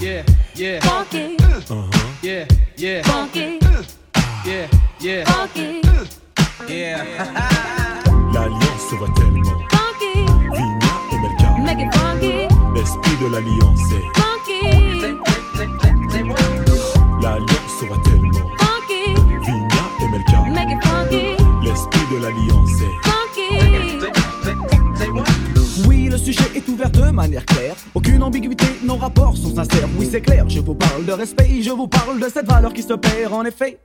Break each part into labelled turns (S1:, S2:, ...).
S1: yeah, yeah,
S2: funky,
S1: yeah, yeah,
S2: funky,
S1: yeah, yeah,
S2: funky,
S1: yeah.
S3: L'alliance se voit tellement.
S2: funky,
S3: Vigna et Melka.
S2: make it funky,
S3: L'esprit de l'alliance est.
S2: funky,
S3: L'alliance se voit tellement.
S2: funky,
S3: Vigna et Melka.
S2: make it funky,
S3: L'esprit de l'alliance est.
S2: funky,
S4: Oui, le sujet est ouvert de manière claire. Aucune ambiguïté, nos rapports sont sincères. Oui, c'est clair, je vous parle de respect, je vous parle de cette valeur qui se perd en effet.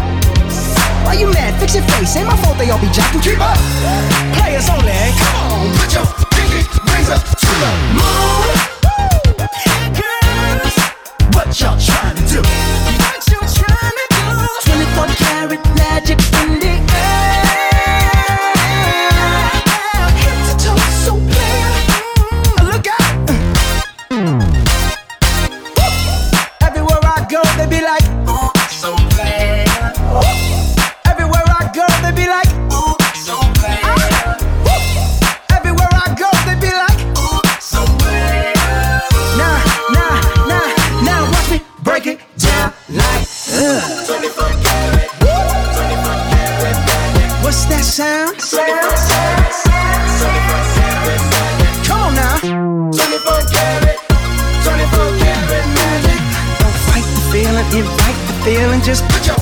S5: Why you mad? Fix your face. Ain't my fault they all be jacking. Keep up. Players only. Come on, put your pinky rings up to the moon. Girls, what y'all trying to do? What you trying to do? 24 karat magic in the air. Head to toe, so clear. Mm-hmm. Look out. Mm-hmm. Everywhere I go, they be like, ooh, so bad. mm-hmm. Everywhere I go, they be like, ooh, so bad. Everywhere I go, they be like, ooh, so bad. Nah, nah, nah, now watch me break it down like, ugh. What's that sound? Come on now. 24 karat, 24 karat magic. Don't fight the feeling, invite the feeling. Just put your